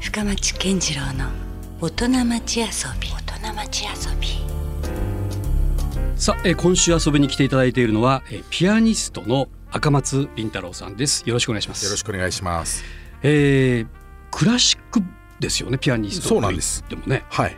深町健次郎の大人町遊び大人町遊びさあ、えー今週遊びに来ていただいているのは、えーピアニストの赤松凛太郎さんです。よろしくお願いします。よろしくお願いします。えークラシックですよね、ピアニストそうなんですでもね、はい。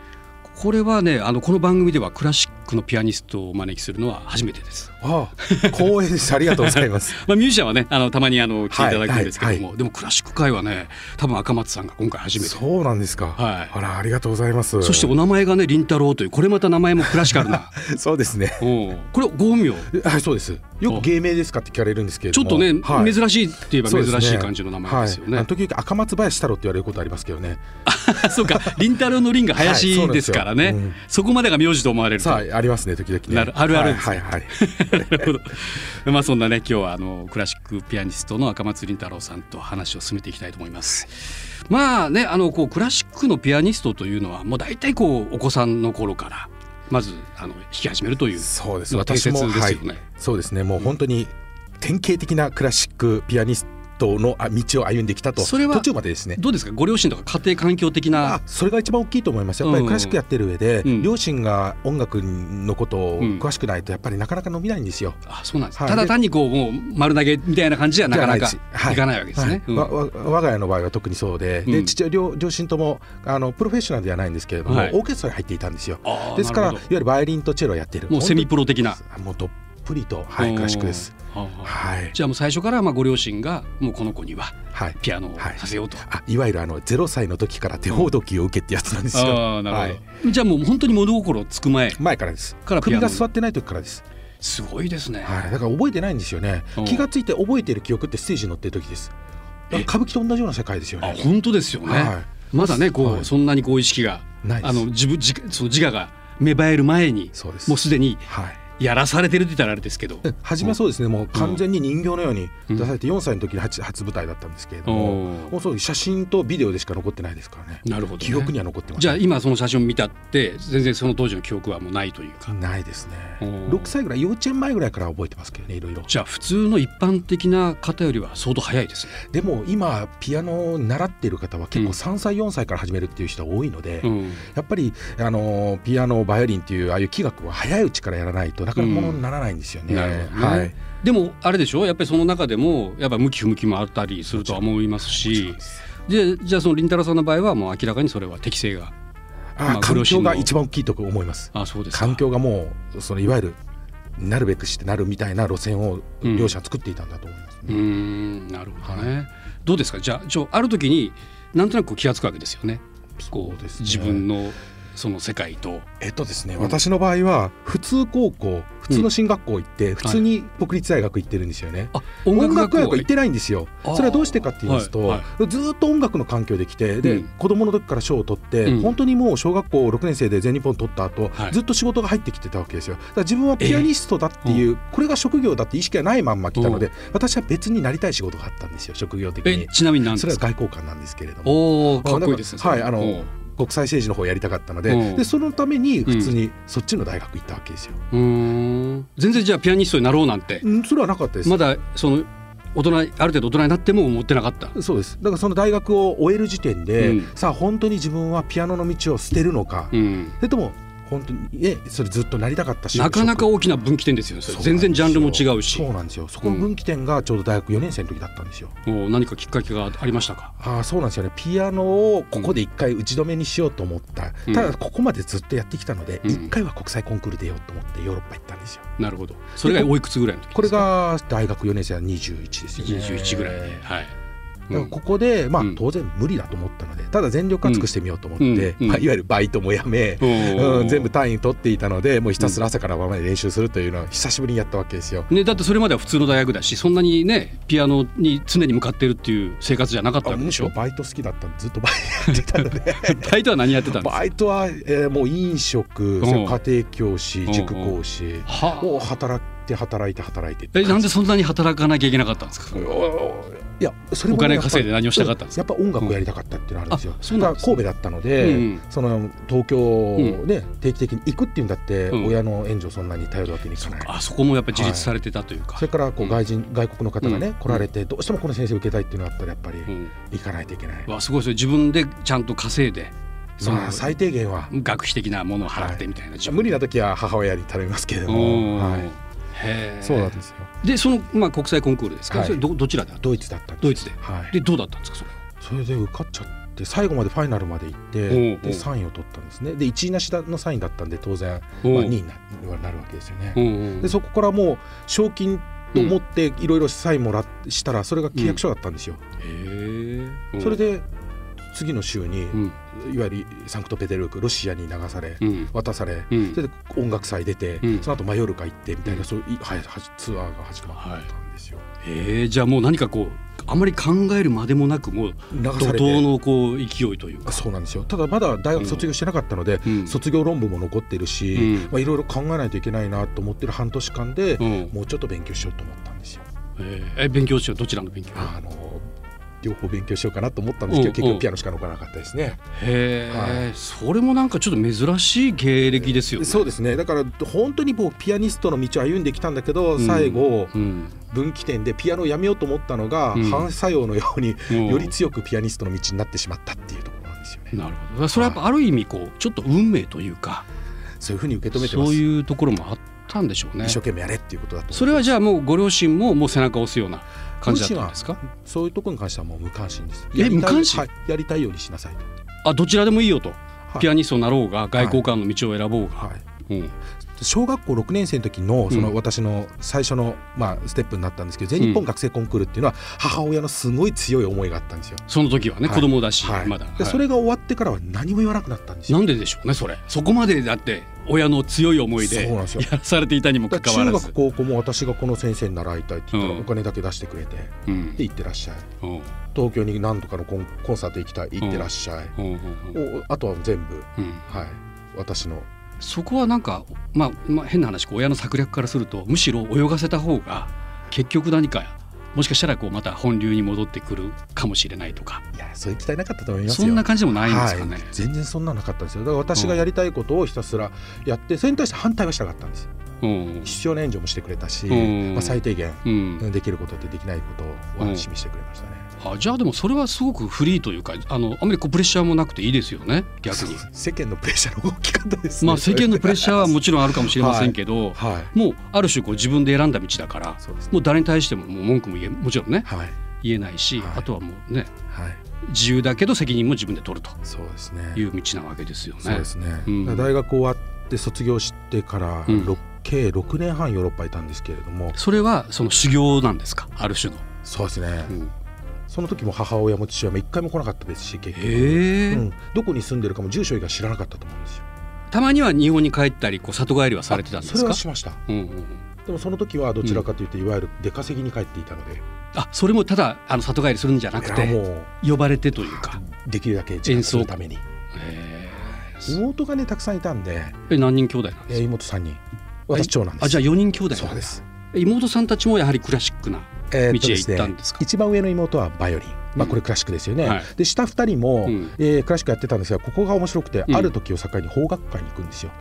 これはね、あのこの番組ではクラシックのピアニストをお招きするのは初めてです。ああ、光栄です。ありがとうござい ます。まあミュージシャンはね、あのたまにあの来ていただくんですけども、はいはいでもクラシック界はね、多分赤松さんが今回初めて。そうなんですか。はいあら、ありがとうございます。そしてお名前がね、凛太郎というこれまた名前もクラシカル な。そうですね。うんこれご本名。はい、そうです。よく芸名ですかって聞かれるんですけれちょどっも。とね、はい珍しいって言えばそうですね珍しい感じの名前ですよね。はい、あの時々赤松林太郎って言われることありますけどね。そうか、凛太郎の凛がはいそ林うなんでですすからね、よそうんこまでが名字と思われると。さあ、ありますね。時々ね。なるあるあるですはい、はい、はい。なるほど まあそんなね今日はあのクラシックピアニストの赤松凛太郎さんと話を進めていきたいと思います。まあねあのこうクラシックのピアニストというのはもう大体こうお子さんの頃からまずあの弾き始めるという そうです。のが定説私ですよも、ね。はい。そうですね。もう本当に典型的なクラシックピアニストのあ道を歩んできたと。それは途中までですね。どうですかご両親とか家庭環境的あなそれが一番大きいと思いますやっぱうりんクラシックやってる上で、うん両親が音楽のことをうん詳しくないとやっぱりなかなか伸びないんですよ。あそうなんです、はいただ単にこうもう丸投げみたいな感じじゃなかなかじゃないですはいいかないわけですね。うんわわ我が家の場合は特にそうで,、うでん父親両両親ともあのプロフェッショナルではないんですけれども、はいオーケストラに入っていたんですよ。あーですからないるわほゆるバイオリンとチェロをやっているどもうセミプロ的な本。当にもうどっぷりと、はうい、んクラシックです。。はあはあはい、じゃあもう最初からまあご両親がもうこの子にははいピアノをさせようと。あいわゆるあの0歳の時から手ほどきを受けってやつなんですよ。ああなるほど、はいじゃあもう本当に物心つく前前からですからピア首ノが座ってない時からです。すごいですね、はい、だから覚えてないんですよねうん。気がついて覚えてる記憶ってステージに乗ってる時です。だから歌舞伎と同じような世界ですよあね。本当ですよね、はまだねこう、はいそんなにこう意識がい。ないであすの。自分自その自我が芽生える前にそうです。もうすでにはい。 やらされてるって言ったらあれですけど、で初めはそうですね。もう完全に人形のようにうん出されて4歳の時に初初舞台だったんですけれども、もおうそうです写真とビデオでしか残ってないですからね。なるほど、ね、記憶には残ってます。じゃあ今その写真を見たって全然その当時の記憶はもうないというか、ないですね。うん6歳ぐらい幼稚園前ぐらいから覚えてますけどね。いろいろ。じゃあ普通の一般的な方よりは相当早いですね。でも今ピアノを習っている方は結構3歳4歳から始めるっていう人が多いので。うんやっぱり、あのーピアノバイオリンっていうああいう器楽は早いうちからやらないとなかなかものにならないんですよね。うんなるほどねはい、でもあれでしょやっぱりその中でもやっぱ向き不向きもあったりするとは思いますしでじゃあその凛太郎さんの場合はもう明らかにそれは適性があ、まあご環両親境もが一番大きいと思います。あそうですか環境がもうそのいわゆるなるべくしてなるみたいな路線をうん両者作っていたんだと思います、うーんなるほどね、どうですかじゃあちょある時になんとなくこう気がつくわけですよねこそううですね自分のその世界とえっとですね、うん私の場合は普通高校普通の進学校行って、普通に国立大学行ってるんですよね。あ音楽学校行ってないんですよあーそれはどうしてかって言いますと、はいずーっと音楽の環境で来てで、うん子供の時から賞を取って、うん本当にもう小学校6年生で全日本取った後、はいずっと仕事が入ってきてたわけですよだから自分はピアニストだっていう、これが職業だって意識がないまんま来たので、私は別になりたい仕事があったんですよ職業的えにちなみに何そですれはか外交官なんですけれどもおおかっこいいですねあだからそれはいあの国際政治の方をやりたかったので,、うんでそのために普通にそっちの大学行ったわけですよ、うーん全然じゃあピアニストになろうなんてうん、それはなかったですまだその大人ある程度大人になっても思ってなかったそうですだからその大学を終える時点で、うんさあ本当に自分はピアノの道を捨てるのか、うんそれとも本当にえそれずっとなりたかったしなかなか職大きな分岐点ですよねそれ全然ジャンルも違うしそうなんですよそこの分岐点がちょうど大学4年生の時だったんですよ、もう何かきっかけがありましたかああそうなんですよねピアノをここで一回打ち止めにしようと思った、うんただここまでずっとやってきたのでうん一、回は国際コンクール出ようと思ってヨーロッパ行ったんですよなるほどそれがおいくつぐらいの時ですかこれが大学4年生は21ですよね21ぐらいではいだからここで、まあうん当然無理だと思ったのでただ全力尽くしてみようと思って、うんうんまあ、いわゆるバイトもやめ、うんうん、全部単位取っていたのでもうひたすら朝から晩まで練習するというのは久しぶりにやったわけですよ。ね、だってそれまでは普通の大学だしそんなにねピアノに常に向かってるっていう生活じゃなかったあわけむでししろょバイト好きだったんでずっとバイ トやってたのでバイトは何やってたんですかバイトは、えーもう飲食んそれから家庭教師うん塾講師はを働て働いて働いてってえなん感じでそんなに働かなきゃいけなかったんですかいやそれおも金ねやっぱり稼いで何をしたかったんですやっぱ音楽をやりたかったっていうのはあるんですよ、あそうなんでだかすらね神戸だったので、うんその東京うね、定期的に行くっていうんだって、うん親の援助そんなに頼るわけにいかないあそこもやっぱり自立されてたというか、それからこう外人、外国の方がね、うん来られてどうしてもこの先生受けたいっていうのがあったらやっぱりうん行かないといけない、わすごいですよ自分でちゃんと稼いでそのまあ最低限は学費的なものを払ってみたいな、自分無理な時は母親に頼みますけれどうんも、はい、へえそうなんですよでその、まあ、国際コンクールですか、はいそれどどちらであったドイツだったんですドイツではい、でどうだったんですかそれそれで受かっちゃって最後までファイナルまで行っておうおうで3位を取ったんですねで1位なしの3位だったんで当然、おまうあ、2位にななるわけですよね、うんでそこからもう賞金と思っていろいろサインもらっしたらそれが契約書だったんですよ、へえそれ、で次の週にうんいわゆるサンクトペテルブルクロシアに流されうん渡されうんそれで音楽祭出てうんその後マヨルカ行ってみたいうんなそういういはいはじツアーが始まったんですよへえじゃあもう何かこうあまり考えるまでもなくもう流怒され涛てのこう勢いというかあそうなんですよただまだ大学卒業してなかったのでうん卒業論文も残ってるしうんまあいろいろ考えないといけないなと思ってる半年間でうんもうちょっと勉強しようと思ったんですよええ勉強しようどちらの勉強あの両方勉強しようかなと思ったんですけどうん結うん局ピアノしか残らなかったですねへえ、はそれもなんかちょっと珍しい経歴ですよね。そうですねだから本当にもうピアニストの道を歩んできたんだけどうん最後うん、分岐点でピアノをやめようと思ったのがうん反作用のようにうんより強くピアニストの道になってしまったっていうところなんですよね。なるほど。それはやっぱある意味こうちょっと運命というか、そういうふうに受け止めてまそす。ういうところもあったんでしょうね一生。懸命やれっていうことだと思う。それはじゃあもうご両親ももう背中を押すような感じだったんですか。そういうところに関してはもう無関心です。えやりたい無関心はいやりたいようにしなさいと。あどちらでもいいよと。いピアニストになろうが外交官の道を選ぼうが、はい。うん小学校6年生の時のそうんの私の最初のまあステップになったんですけど、全日本学生コンクールっていうのは母親のすごい強い思いがあったんですよ。その時はね、はい子供だし、はい。まだ、ではいそれが終わってからは何も言わなくなったんですよな。んででしょうねそれそこまでだって親の強い思いでそうなんですよやらされていたにもかだかかわら中らず学、高校も私がこの先生に習いたいって言ったうらんお金だけ出してくれて、うんで行ってらっしゃいうん東京に何度かのコンコンサート行きたい行ってらっしゃい、うんうんうんおあとは全部うんはい私のそこはなんか、まあ、まあ変な話こう親の策略からするとむしろ泳がせた方が結局何かもしかしたらこうまた本流に戻ってくるかもしれないとかいやそういう期待なかったと思いますそよんな感じでもないんですかはねい。、全然そんなのなかったんですよだから私がやりたいことをひたすらやってそれに対して反対はしなかったんですうん必要な援助もしてくれたし、うんまあ、最低限うん、できることってできないことを示してくれましたね、あじゃあでもそれはすごくフリーというかあのあまりこうプレッシャーもなくていいですよね逆に。世間のプレッシャーの大きかったですねまあ世間のプレッシャーはもちちろんあるかもしれませんけど、はいもうある種こう自分で選んだ道だからそうですねもう誰に対してももう文句も言えもちろんねはい言えないし、はいあとはもうねはい自由だけど責任も自分で取るとそうですねいう道なわけですよね。そうですね、うんだから大学終わって卒業してから、うんろ計6年半ヨーロッパいたんですけれどもそれはその修行なんですかある種の。そうですね、うんその時も母親も父親も一回も来なかったですし結局、へえうん、どこに住んでるかも住所以外知らなかったと思うんですよたまには日本に帰ったりこう里帰りはされてたんであそすれかはしましたうんうんうんでもその時はどちらかというと、いわゆる出稼ぎに帰っていたのであそれもただあの里帰りするんじゃなくいやてもう呼ばれてというか。できるだけ自立するためにへえ妹がねたくさんいたんで、え何人兄弟なんでえーすか妹3人私長男ですあじゃあ4人兄弟なんだそうです妹さんたちもやはりクラシックな。えーっ道とへです行ねったんですか一番上の妹はバイオリン、まあ、これクラシックですよね、はいで下2人も、うんえークラシックやってたんですがここが面白くて、うんある時を境に邦楽会に行くんですよ。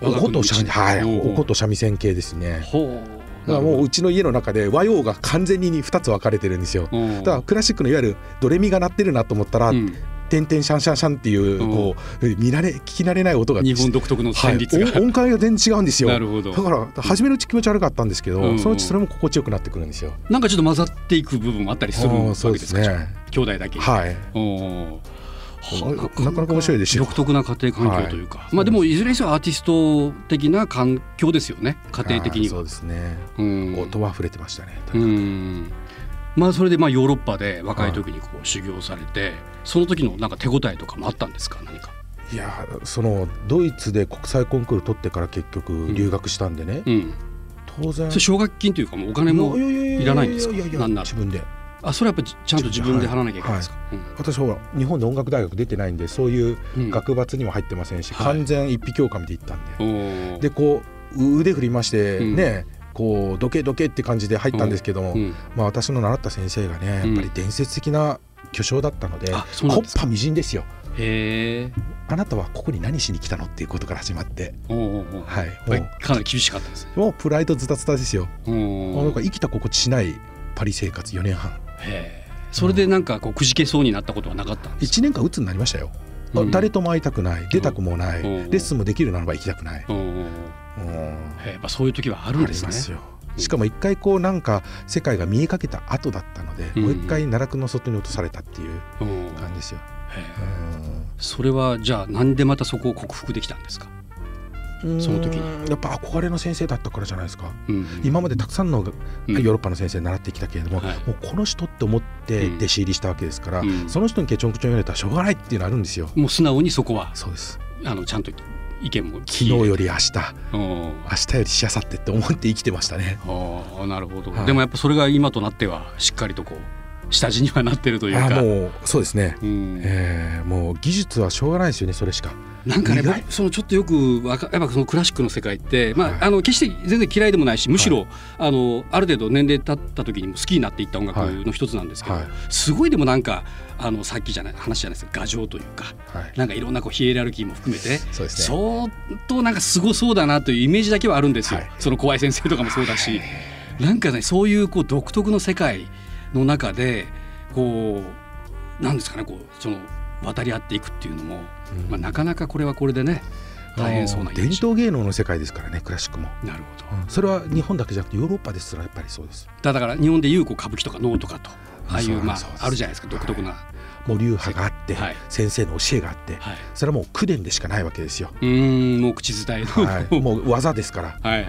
我おが子このとうしちゃにみはい、おうおうおこと三味線系ですね。ほう。だからもううちの家の中で和洋が完全に2つ分かれてるんですよ。うん、だからクラシックのいわゆるドレミが鳴ってるなと思ったら、うんてんてんシャンシャンシャンっていううんこう見慣れ聞き慣れない音が日本独特の旋律が、はい、音音階が全然違うんですよ。なるほどだから初めのうち気持ち悪かったんですけど、うんそのうちそれも心地よくなってくるんですよ。なんかちょっと混ざっていく部分もあったりするわあーけそうでですすか、ね。兄弟だけ。はい。おーなかなか面白いですよ独特な家庭環境というか、はいまあでもいずれにせよアーティスト的な環境ですよね家庭的にあーはそうですね。うん音は触れてましたね。うんまあそれでまあヨーロッパで若い時にこう修行されて、その時のなんか手応えとかもあったんですか何か、いやーそのドイツで国際コンクール取ってから結局留学したんでね、うん、当然それ奨学金というかもうお金もやややいらないんですかいやいやなんなら自分であそれはやっぱちゃんと自分で払わなきゃいけないんですか、私ほら日本で音楽大学出てないんでそういううんうん学閥にも入ってませんし、はい完全一匹狼で行ったんで、おーでこうう腕振りましてうんね、こうどけどけって感じで入ったんですけども、うんまあ、私の習った先生がねやっぱり伝説的な巨匠だったので、あそうなんコですッパみじんですよへえあなたはここに何しに来たのっていうことから始まって、おうおうおうはい、こもれうかなり厳しかったですねもうプライドズタズタですよ、うんなんか生きた心地しないパリ生活4年半へえそれでなんかこうくじけそうになったことはなかったんです1年間鬱になりましたよ、あうん誰とも会いたくない出たくもない、うんレッスンもできるならば行きたくない、おうおうおううんへえやっぱそういう時はあるんあでりすねますようんしかも一回こうなんか世界が見えかけた後だったので、うんもう一回奈落の外に落とされたっていううんへ感じですよ、えそれはじゃあなんでまたそこを克服できたんですか、うんその時にやっぱ憧れの先生だったからじゃないですかうん今までたくさんのヨうんーロッパの先生に習ってきたけれども、はいもうこの人って思ってうん弟子入りしたわけですから、うんその人にケチョンケチョン言われたらしょうがないっていうのあるんですよ、もう素直にそこはそうですあのちゃんと意見も昨聞日いてより明日うん明日よりしあさってって思って生きてましたねああなるほど、はいでもやっぱそれが今となってはしっかりとこう下地にはなってるというあかあもうそうですね、うんえーもう技術はしょうがないですよねそれしかなんかね、意外まあそのちょっとよくわかやっぱそのクラシックの世界って、まあはいあの決して全然嫌いでもないしむしろ、あのある程度年齢経った時にも好きになっていった音楽の一つなんですけど、はいすごいでもなんかあのさっきじゃない話じゃないですか牙城というかはいなんかいろんなこうヒエラルキーも含めてそうですね相当なんかすごそうだなというイメージだけはあるんですよ、はいその怖い先生とかもそうだし、なんかねそういうこう独特の世界の中でこうなんですかねこうその渡り合っていくっていうのも、うんまあ、なかなかこれはこれでね大変そうなイメー伝ジ統芸能の世界ですからねクラシックも、なるほどそれは日本だけじゃなくてヨーロッパですらやっぱりそうですだから日本でいうこう歌舞伎とか能とかとああいそううなんまあそうですあるじゃないですか独特な、もう流派があって、はい先生の教えがあって、はい、それはもう口伝でしかないわけですよ、うーんもう口伝えの、ははいい、、もう技ですからだかはい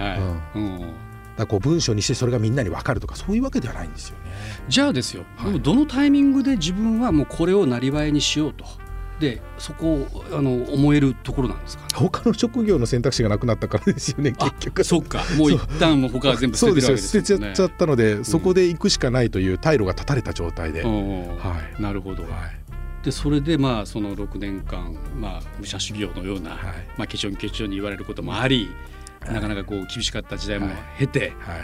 うんらこう文章にしてそれがみんなに分かるとかそういうわけではないんですよねじゃあですよ、はいでもどのタイミングで自分はもうこれをなりわいにしようとでそこをあの思えるところなんですかね 他の職業の選択肢がなくなったからですよねあ結局そっかもう一旦もう他は全部捨てそうてでるすわけですよよ捨てちゃねっちゃったので、そこで行くしかないという退路が断たれた状態で、うはい、んうんなるほど、でそれでまあその6年間、まあ、武者修行のような、はいまあ、ケチョンケチョンに言われることもあり、なかなかこう厳しかった時代もはい経て、はい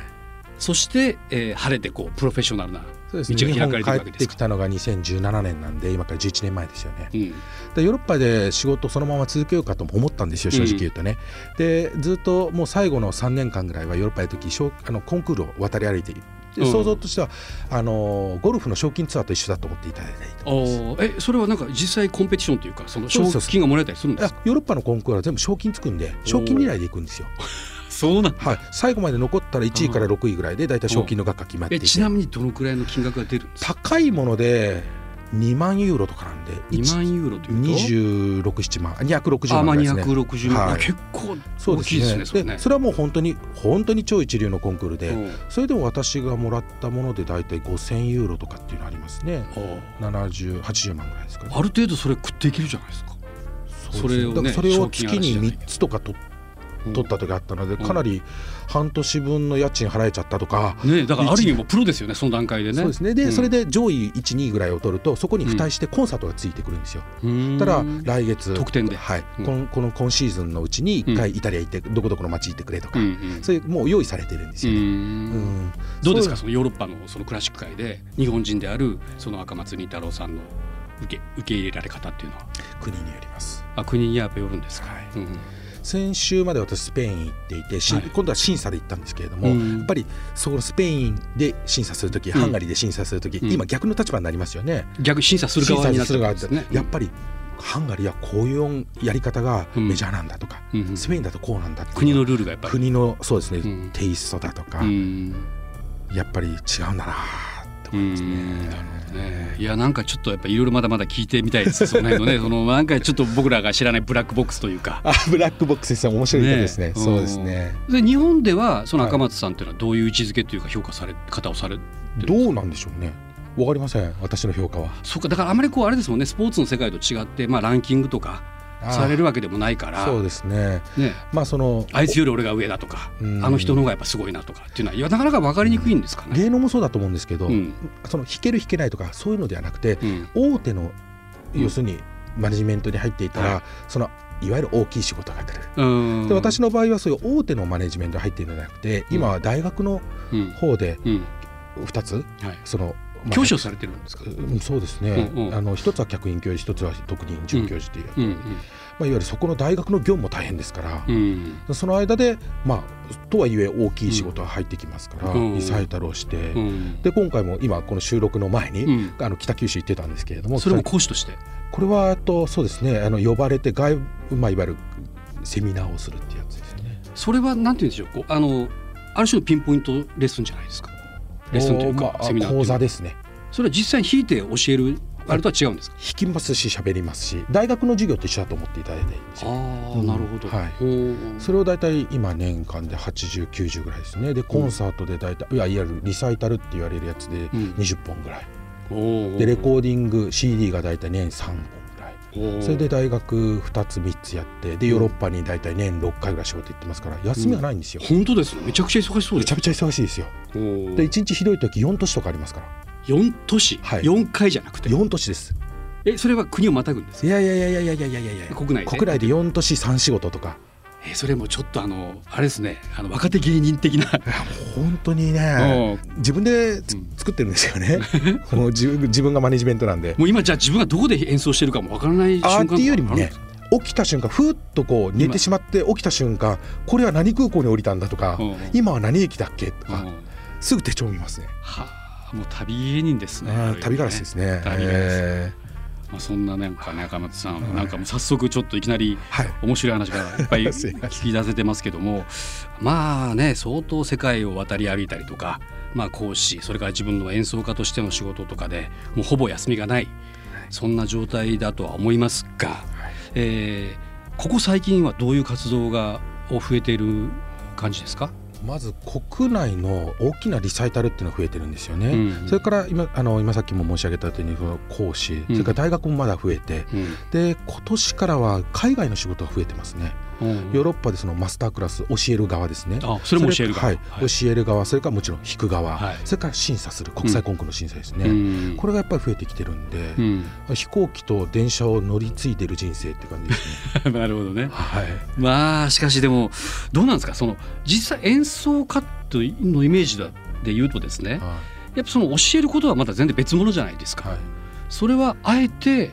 そして、えー晴れてこうプロフェッショナルなそう道ですねが日開本かれていくわ帰けっでてすかきたのが2017年なんで今から11年前ですよねうんでヨーロッパで仕事そのまま続けようかとも思ったんですよ正直言うとね、でずっともう最後の3年間ぐらいはヨーロッパの時賞あのコンクールを渡り歩いているでうん想像としては、あのゴルフの賞金ツアーと一緒だと思っていただいたらいいとお思いますーえそれはなんか実際コンペティションというかその賞そうです金がもらえたりするんですあかヨーロッパのコンクールは全部賞金つくんで賞金狙いでいくんですよ、そうなんはい、最後まで残ったら1位から6位ぐらいで大体賞金の額が決まっていえてちなみにどのくらいの金額が出るんですか高いもので2万ユーロとかなんで2万ユーロというと26、7万、260あまあ万ぐらいですね。 260万、はい結構そう大できいですねそすね。れねで、それはもう本当に本当に超一流のコンクールうで、んそれでも私がもらったもので大体5000ユーロとかっていうのありますね。おー70、80万ぐらいですかね。ある程度それ食っていけるじゃないですかうですそれをねだからそれ賞を金月に嵐じゃないけど3つとかと取った時あったので、うんかなり半年分の家賃払えちゃったとか。ねだからある意味もうプロですよねその段階でねそうですねで、うんそれで上位1、2位ぐらいを取るとそこに付帯してコンサートがついてくるんですよ。うーんただ来月特典ではいうんこのこの今シーズンのうちに1回イタリア行って、どこどこの街行ってくれとか、うんうんそういうもう用意されてるんですうよ、ねんうんどうですそかそのヨーロッパのそのクラシック界で日本人であるその赤松仁太郎さんの受け受け入れられ方っていうのはう国によりますあ国にやっぱよるんですか、はいうんうん先週まで私スペイン行っていて、しはい今度は審査で行ったんですけれども、うんやっぱりそこのスペインで審査するとき、うんハンガリーで審査するとき、うん今逆の立場になりますよね、逆に審査する審側査になってするる側んっでてすねやっぱりハンガリーはこういうやり方がメジャーなんだとか、うんうんスペインだとこうなんだっていう国のルールがやっぱり国のそうですね、うんテイストだとか、うんやっぱり違うんだなとう思いますんね。なるほどねいやなんかちょっとやっぱいろいろまだまだ聞いてみたい ですその辺のねそのなんかちょっと僕らが知らないブラックボックスというかあブラックボックスさん面白い人ですねねそうですね。で日本ではその赤松さんっていうのはどういう位置づけというか評価され方をされてるどうなんでしょうね。わかりません私の評価は。そうかだからあまりこうあれですもんねスポーツの世界と違って、まあ、ランキングとかされるわけでもないかあらあそうですね。ね、まあそのあいつより俺が上だとかうんあの人の方がやっぱすごいなとかっていうのはいやなかなか分かりにくいんですかね。芸能もそうだと思うんですけど、うんその弾ける弾けないとかそういうのではなくてうん大手のうん要するにマネジメントに入っていたら、はそのいわゆる大きい仕事が来る。うんで私の場合はそういう大手のマネジメントに入っているのではなくて今は大学のうん方でうん2つはいその、まあ教師をされてるんですかうんそうですね、うんうんあの一つは客員教授一つは特任准教授という、うんまあ、いわゆるそこの大学の業務も大変ですからう、んその間で、まあ、とはいえ大きい仕事が入ってきますから、うんリサイタルをして、うんで今回も今この収録の前に、うんあの北九州行ってたんですけれどもそれも講師としてこれはえっとそうですねあの呼ばれて外、まあ、いわゆるセミナーをするってやつですよね。それはなんて言うんでしょうこうあのある種のピンポイントレッスンじゃないですかレッスンというおーかまあセミナーってい講うの座はですねそれは実際に弾いて教えるあれとは違うんですか弾きますし喋りますし大学の授業と一緒だと思っていただいていいんですよ。ああうんなるほどはいおーそれを大体今年間で8090ぐらいですねでコンサートで大体、いやいわゆるリサイタルって言われるやつでうん20本ぐらい、おーでレコーディング CD が大体年3本ぐらいおーそれで大学2つ3つやってでヨーロッパに大体年6回ぐらい仕事行ってますから休みはないんですよ、本当ですねめちゃくちゃ忙しそうでめちすゃめちゃ忙しいですよおーで1日ひどい時4都市とかありますから四都市はい四回じゃなくて4都市ですえそれは国をまたぐんですいやいやいやいやいやいやいやいや国内で国内で4都市3仕事とかえそれもちょっとあのあれですねあの若手芸人的 な本当にね自分でつうん作ってるんですよね もう自分自分がマネジメントなんでもう今じゃあ自分がどこで演奏してるかもわからない瞬あー間っていうよりもね起きた瞬間ふーっとこう寝てしまって起きた瞬間これは何空港に降りたんだとかうん今は何駅だっけとあるんですかうかんすぐ手帳見ますねはあもう旅芸人ですねあー旅ガラスですね旅ガラスえまあ、そんななんか中松さん、はいなんかもう早速ちょっといきなりーはい面白い話がいっぱい すいません聞き出せてますけどもまあね相当世界を渡り歩いたりとか、まあ、講師それから自分の演奏家としての仕事とかでもうほぼ休みがないそんな状態だとは思いますが、えーここ最近はどういう活動がを増えている感じですか、まず国内の大きなリサイタルっていうのが増えてるんですよね、うんそれから今あの今さっきも申し上げたようにその講師それから大学もまだ増えて、うんで今年からは海外の仕事が増えてますねヨーロッパでそのマスタークラス教える側ですねあそれも教える側はいはい教える側それからもちろん弾く側、はいそれから審査する国際コンクールの審査ですね、うんこれがやっぱり増えてきてるんで、うん 飛行機と電車を乗り継いでる人生って感じで すねなるほどねはいまあしかしでもどうなんですかその実際演奏家というのイメージだで言うとですねはやっぱその教えることはまた全然別物じゃないですい、か、はいそれはあえて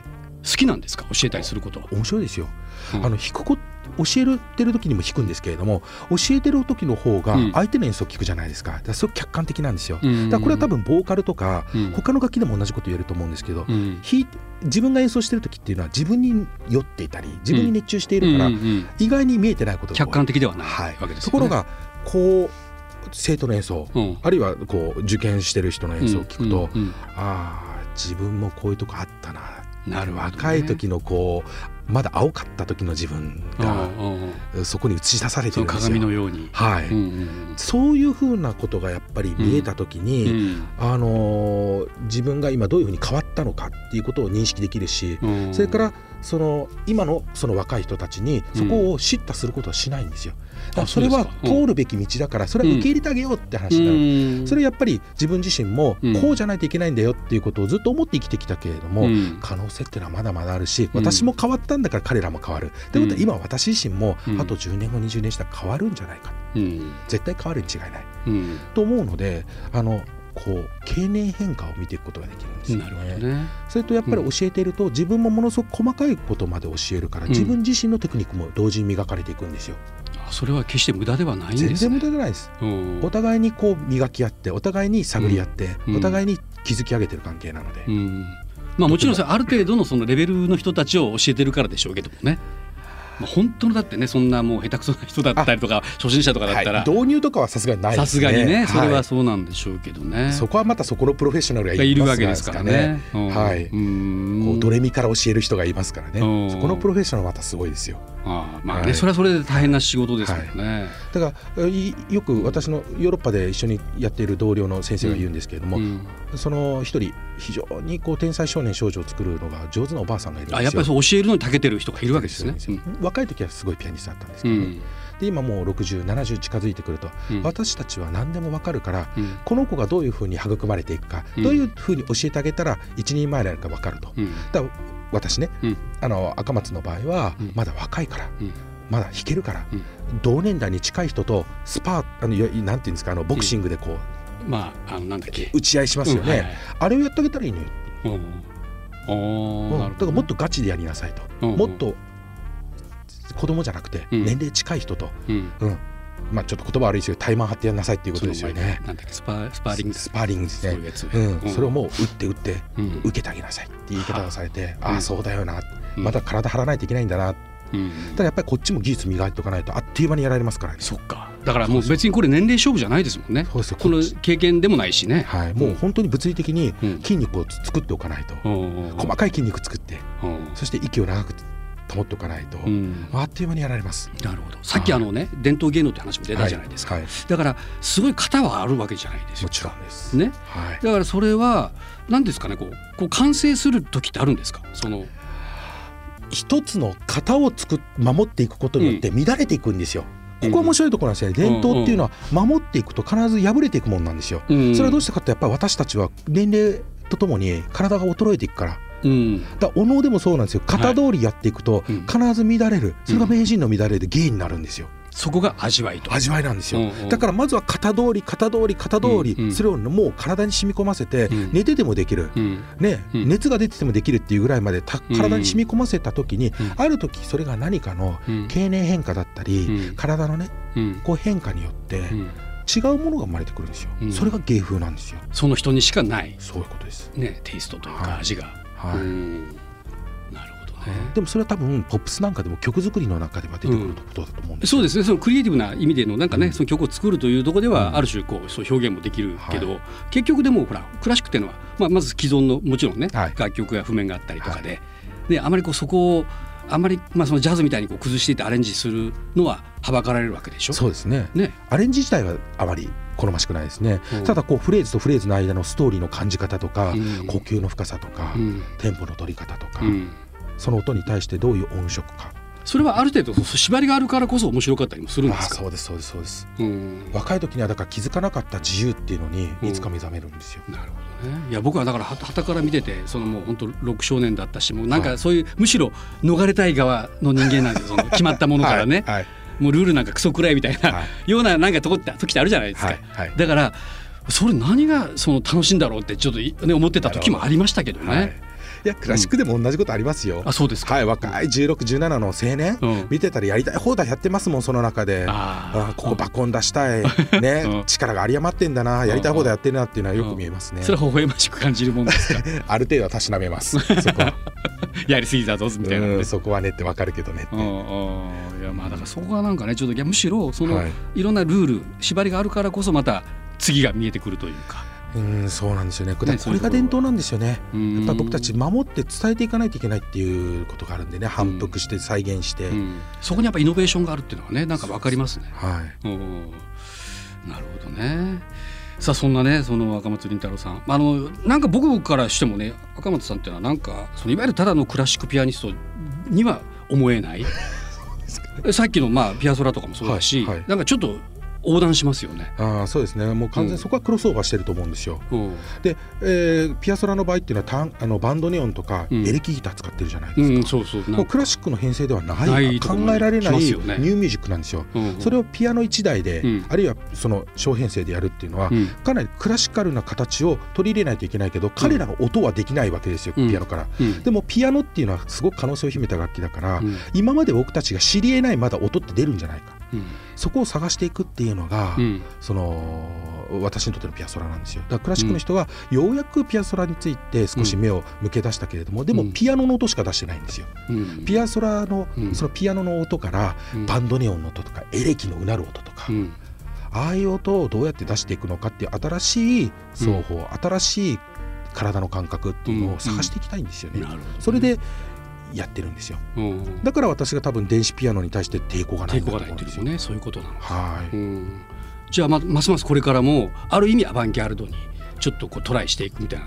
好きなんですか教えたりすることは、面白いですよ、うんあの弾くこ教えてる時にも弾くんですけれども教えてる時の方がうん相手の演奏を聞くじゃないですかだからすごく客観的なんですよ、うんだからこれは多分ボーカルとかうん他の楽器でも同じこと言えると思うんですけど、うん弾いて自分が演奏してる時っていうのは自分に酔っていたり自分に熱中しているから、うんうん意外に見えてないことが多い客観的ではないはいわけですよねところがこう生徒の演奏、うんあるいはこう受験してる人の演奏を聞くと、うんうんああ自分もこういうとこあったななるほどね若い時のこうまだ青かった時の自分うんがうんうんそこに映し出されてそるのんですよ鏡のように、はい、うんうんそういうふうなことがやっぱり見えた時うんうに、んあのー自分が今どういうふうに変わったのかっていうことを認識できるし、うんそれからその今のその若い人たちにそこを叱咤することはしないんですよ。だからそれあはそうですかうん通るべき道だからそれは受け入れてあげようって話になる。うんそれはやっぱり自分自身もうんこうじゃないといけないんだよっていうことをずっと思って生きてきたけれども、うん可能性っていうのはまだまだあるしうん私も変わったんだから彼らも変わる。ということは今私自身もうんあと10年後20年したら変わるんじゃないかうん絶対変わるに違いないうんと思うのであのこう経年変化を見ていくことができるんですよなるほどねそれとやっぱり教えていると、自分もものすごく細かいことまで教えるから、うん自分自身のテクニックも同時に磨かれていくんですよ。あそれは決して無駄ではないん全です然ね無駄じゃないです。うんお互いにこう磨き合って、お互いに探り合って、うんお互いに築き上げてる関係なので。うんまあ、もちろんそれある程度のそのレベルの人たちを教えてるからでしょうけどもね、まあ、本当のだってねそんなもう下手くそな人だったりとか初心者とかだったらはい、導入とかはさすがにないですさね。すがにねそれははいそうなんでしょうけどね、そこはまたそこのプロフェッショナルがいがいるわけでますからね。すからねはい。うんこうドレミから教える人がいますからうんね。そこのプロフェッショナルはまたすごいですよ。ああまあね、はいそれはそれで大変な仕事ですからね。だからいよく私のヨーロッパで一緒にやっている同僚の先生が言うんですけれども、うんその一人非常にこう天才少年少女を作るのが上手なおばあさんがいるんですよ。あやっぱりうそう教えるのに長けてる人がいるわけですそうねで。すよ若い時はすごいピアニストだったんですうけど、んで今もう6070近づいてくると、うん私たちは何でもわかるからうんこの子がどういうふうに育まれていくか、うんどういうふうに教えてあげたら一人前になるかわかると。うんだから私ね、うんあの赤松の場合はうんまだ若いから、うんまだ弾けるから、うん同年代に近い人とスパーあのいやなんていうんですかあのボクシングでこう、まああのなんだっけ打ち合いしますよね、うんはいはいあれをやってあげたらいいのよ、うんうんうおんーなるほだかどらもっとガチでやりなさいと、うんうんもっと子供じゃなくてうん年齢近い人と、うんうんまあ、ちょっと言葉悪いですけどタイマン張ってやんなさいっていうこそとうでですすよよねね。なんだっけスパスパーリングだスパーリングですそういねうやつうねん、それをもう打って打ってうん受けてあげなさいって言い方をされて、はああそうだよな、うんまだ体張らないといけないんだなうんただやっぱりこっちも技術磨いておかないとあっという間にやられますからねそっかだからもう別にこれ年齢勝負じゃないですもんねそうですよここのっち経験でもないしねはい、もう本当に物理的にうん筋肉を作っておかないと、細細かい筋肉作ってうんそして息を長く保っておかないと、うんあっという間にやられますなるほどさっきあのね伝統芸能って話も出たじゃないですか、はいはいだからすごい型はあるわけじゃないですもよちろんです、ねはい、だからそれは何ですかねこうこう完成する時ってあるんですかその一つの型を作っ守っていくことによって乱れていくんですよ、うんここは面白いところなんですよね伝統っていうのは守っていくと必ず破れていくものなんですよ、それはどうしてかってやっぱり私たちは年齢とともに体が衰えていくからうんだからお能でもそうなんですよ型通りやっていくとうん必ず乱れる、それが名人の乱れで芸になるんですよそこが味わいと味わいなんですよ、うんうんだからまずは型通り型通り型通り、うんうんそれをもう体に染み込ませて、うん寝ててもできる、うんねうん熱が出ててもできるっていうぐらいまでたうん体に染み込ませた時に、んある時それが何かのうん経年変化だったり、うん体のねうんこう変化によってうん違うものが生まれてくるんですよ、うんそれが芸風なんですよその人にしかないそういうことです、ねテイストというはかい味が、はいうんなるほどね、でもそれは多分ポップスなんかでも曲作りの中では出てくることだと思うんですそうですねそのクリエイティブな意味でのなんかね、うんその曲を作るというところでは、うんある種こうそう表現もできるけど、は結局でもほらクラシックっていうのは、まあ、まず既存のもちろんね、はい楽曲や譜面があったりとかで,、であまりこうそこをあまり、まあ、そのジャズみたいにこう崩していってアレンジするのははばかられるわけでしょ。そうですねね、アレンジ自体はあまり好ましくないですね、うんただこうフレーズとフレーズの間のストーリーの感じ方とか、うん呼吸の深さとか、うんテンポの取り方とうか、んその音に対してどういう音色か、それはある程度そう縛りがあるからこそ面白かったりもするんあであすか。そうですそうですそうですうん若い時にはだから気づかなかった自由っていうのにいつか目覚めるんですよ、なるほどね。いや僕はだからはたから見ててそのもう本当ロック少年だったしもうなんかそういう、むしろ逃れたい側の人間なんですよそ の決まったものからね、はいはいもうルールなんかクソくらいみたいな、はようななんかとこって時ってあるじゃないですか。はいはいだからそれ何がその楽しいんだろうってちょっとい、ね、思ってた時もありましたけどね。はいいやクラシックでも同じことありますよ、あそうですか。はい若い1617の青年、うん見てたらやりたい放題やってますもんその中であああここバコン出し たい、ねうん力が有り余ってんだなやりたい放題やってるなっていうのはよく見えますね、それは微笑ましく感じるもんですか ある程度はたしな めますそこはやりすぎたぞみたいなねうんそこはねってわかるけどねってうんうんいやまあだからそこがなんかねちょっといやむしろその、はいい、ろんなルール縛りがあるからこそまた次が見えてくるというか。うんそうなんですよねこねれこれが伝統なんですよねうんやっぱり僕たち守って伝えていかないといけないっていうことがあるんでね反復して再現して、うんそこにやっぱイノベーションがあるっていうのはねなんかわかりますね。はいうんなるほどね。さあそんなねその赤松倫太郎さんあのなんか僕からしてもね赤松さんっていうのはなんかそのいわゆるただのクラシックピアニストには思えない さっきのまあピアソラとかもそうだし、はいはいなんかちょっと横断しますよね。ああそうですねもう完全にそこはクロスオーバーしてると思うんですよ、うんで、えーピアソラの場合っていうのはタンあのバンドネオンとかうエんレキギター使ってるじゃないですか、うん、そうそうなもんうかクラシックの編成ではないないと考こまでえられ来ないまニすュよねーミュージックなんですよ、うんうんそれをピアノ1台で、うんあるいはその小編成でやるっていうのは、うんかなりクラシカルな形を取り入れないといけないけど彼らの音はできないわけですよ、うんピアノから。うんでもピアノっていうのはすごく可能性を秘めた楽器だから、うん今まで僕たちが知りえないまだ音って出るんじゃないかうんそこを探していくっていうのが、うんその私にとってのピアソラなんですよだからクラシックの人はようやくピアソラについて少し目を向け出したけれども、でうもんピアノの音しか出してないんですよ。うんピアソラのうんそのピアノの音からうんバンドネオンの音とかエレキのうなる音とか、うんああいう音をどうやって出していくのかっていう新しい奏法、新しい体の感覚っていうのを探していきたいんですよね。なるほどねそれでやってるんですよ。うんだから私が多分電子ピアノに対して抵抗がない抵んだ抗がと思ないうっんていうですのもよね。ねそういうことなのはい。うんじゃあまますますこれからもある意味アバンギャルドにちょっとこうトライしていくみたいな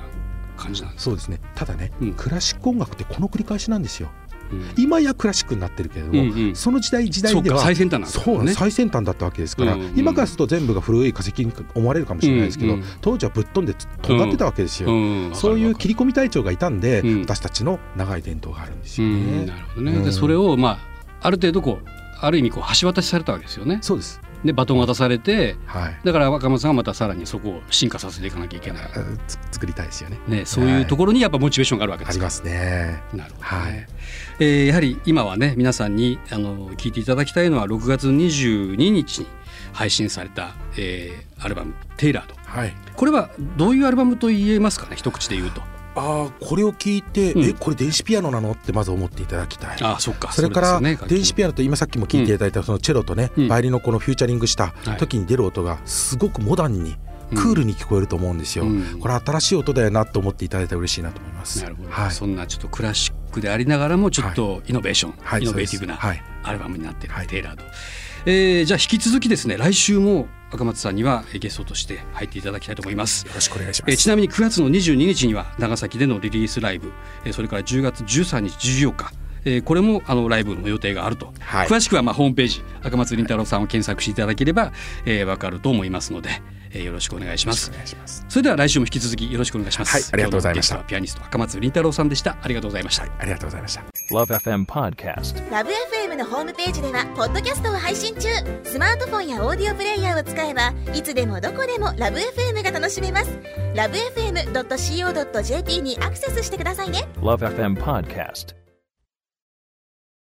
感じなんですそうですね。ただね、うんクラシック音楽ってこの繰り返しなんですよ。うん今やクラシックになってるけれども、うんうんその時代時そ代うでかは最先端なんだそうなんねです最先端だったわけですから、うんうん今からすると全部が古い化石に思われるかもしれないですけど、うんうん当時はぶっ飛んでつ尖ってたわけですよ、うんそういうわか切り込み隊長がいたんで、うん私たちの長い伝統があるんでするよわかるうんなるほどね。ねうでんそれをまあある程度こうある意味こう橋渡しされたわけですよね。そうです。でバトン渡されてはい。だから若松さんはまたさらにそこを進化させていかなきゃいけない、あつ作りたいですよね。ね、そういうところにやっぱモチベーションがあるわけであすりかますね。なるほどね、はいえーやはり今はね皆さんにあの聞いていただきたいのは6月22日に配信された、えーアルバム「テイラードはい。」これはどういうアルバムと言えますかね一口で言うとああこれを聞いて、うんえこれ電子ピアノなのってまず思っていただきたい。ああそっかそれから電子ピアアノと今さっきも聞いていただいたそのチェロとね、うんバイオリンのこのフューチャリングしたはい時に出る音がすごくモダンにクうんールに聞こえると思うんですよ。うんこれ新しい音だよなと思っていただいたら嬉しいなと思います。なるほど、はい。そんなちょっとクラシックでありながらもちょっとイノベーション、はいイノベーティブなそうですアルバムになっている、はいテイラード、えーじゃあ引き続きですね来週も赤松さんにはえーゲストとして入っていただきたいと思いますよろしくお願いしまえーす。ちなみに9月の22日には長崎でのリリースライブ、えーそれから10月13日14日えーこれもあのライブの予定があると、はい詳しくはまあホームページ赤松倫太郎さんを検索していただければ、えー、わかると思いますので、えーよろしくお願いしますお願いします。それでは来週も引き続きよろしくお願いします、はいありがとうございました今日のゲストはピアニスト赤松倫太郎さんでしたありがとうございました、ありがとうございました。 Love FM Podcast. ラブ f m のホームページではポッドキャストを配信中スマートフォンやオーディオプレイヤーを使えばいつでもどこでもラブ f m が楽しめますラブ FM.co.jp にアクセスしてくださいね Love FM Podcast.